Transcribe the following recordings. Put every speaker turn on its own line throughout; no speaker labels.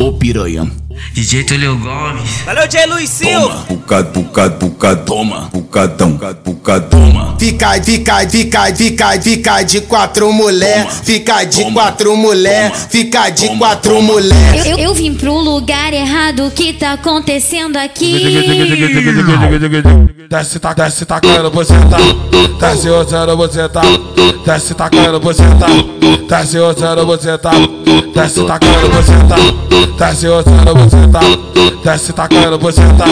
Ô piranha,
DJ Túlio Gomes.
Valeu, J. Luiz Silva.
toma, bucado, bucado, bucado, toma, bucadão, bucado, bucado, toma.
Fica, fica, fica, fica, fica de quatro mulher,
Toma,
fica de
toma,
quatro mulher,
toma,
fica de
toma,
quatro
toma.
mulher.
Eu, eu vim pro lugar errado, o que tá acontecendo aqui?
Desce tá, desce tacando, você tá. Desce ousando, você tá. Desce tacando, você tá. Desce ousando, você tá. Desce tacando, você tá. Desce ousando, você tá. Desce tacando, você tá.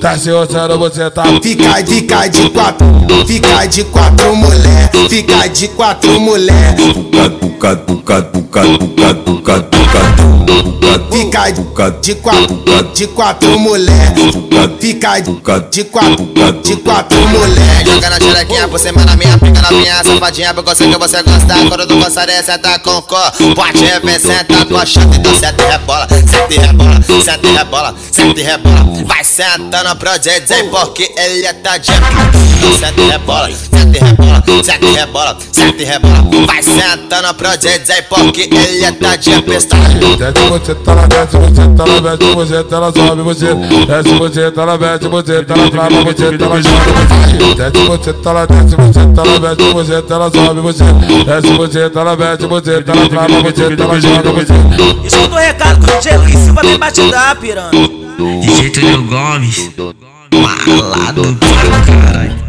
Desce ousando, você tá.
Fica, fica de quatro, fica de quatro mulher, fica de quatro mulher,
Bucado, bucado, bucado, bucado, bucado, bucado, bucado, bucado,
fica
bucado,
de quatro, de quatro mulher,
bucado,
fica
bucado,
de quatro, de quatro mulher.
Joga na xerequinha por cima na minha, pica na minha safadinha Porque eu sei que você gosta, quando tu gosta de sentar com cor Pode rever, senta tua chata, então senta e rebola Senta e rebola, senta e rebola, senta e rebola Vai sentando pro DJ, porque ele é tadinho Então senta e rebola, senta e rebola, senta e rebola, senta e rebola Vai sentando pro DJ, porque ele é tadinho pistola
Desce você tá lá, desce você tá lá, desce você tá lá, sobe você. Desce você tá lá, desce você tá lá, trava você tá lá, joga você. Desce você tá lá, desce você tá lá, desce você tá lá, sobe você. Desce você tá lá, desce você tá lá, trava você tá lá, joga você.
Escuta o recado que o J. Luiz Silva vem batidar, piranha.
DJ Túlio Gomes. Malado pra caralho.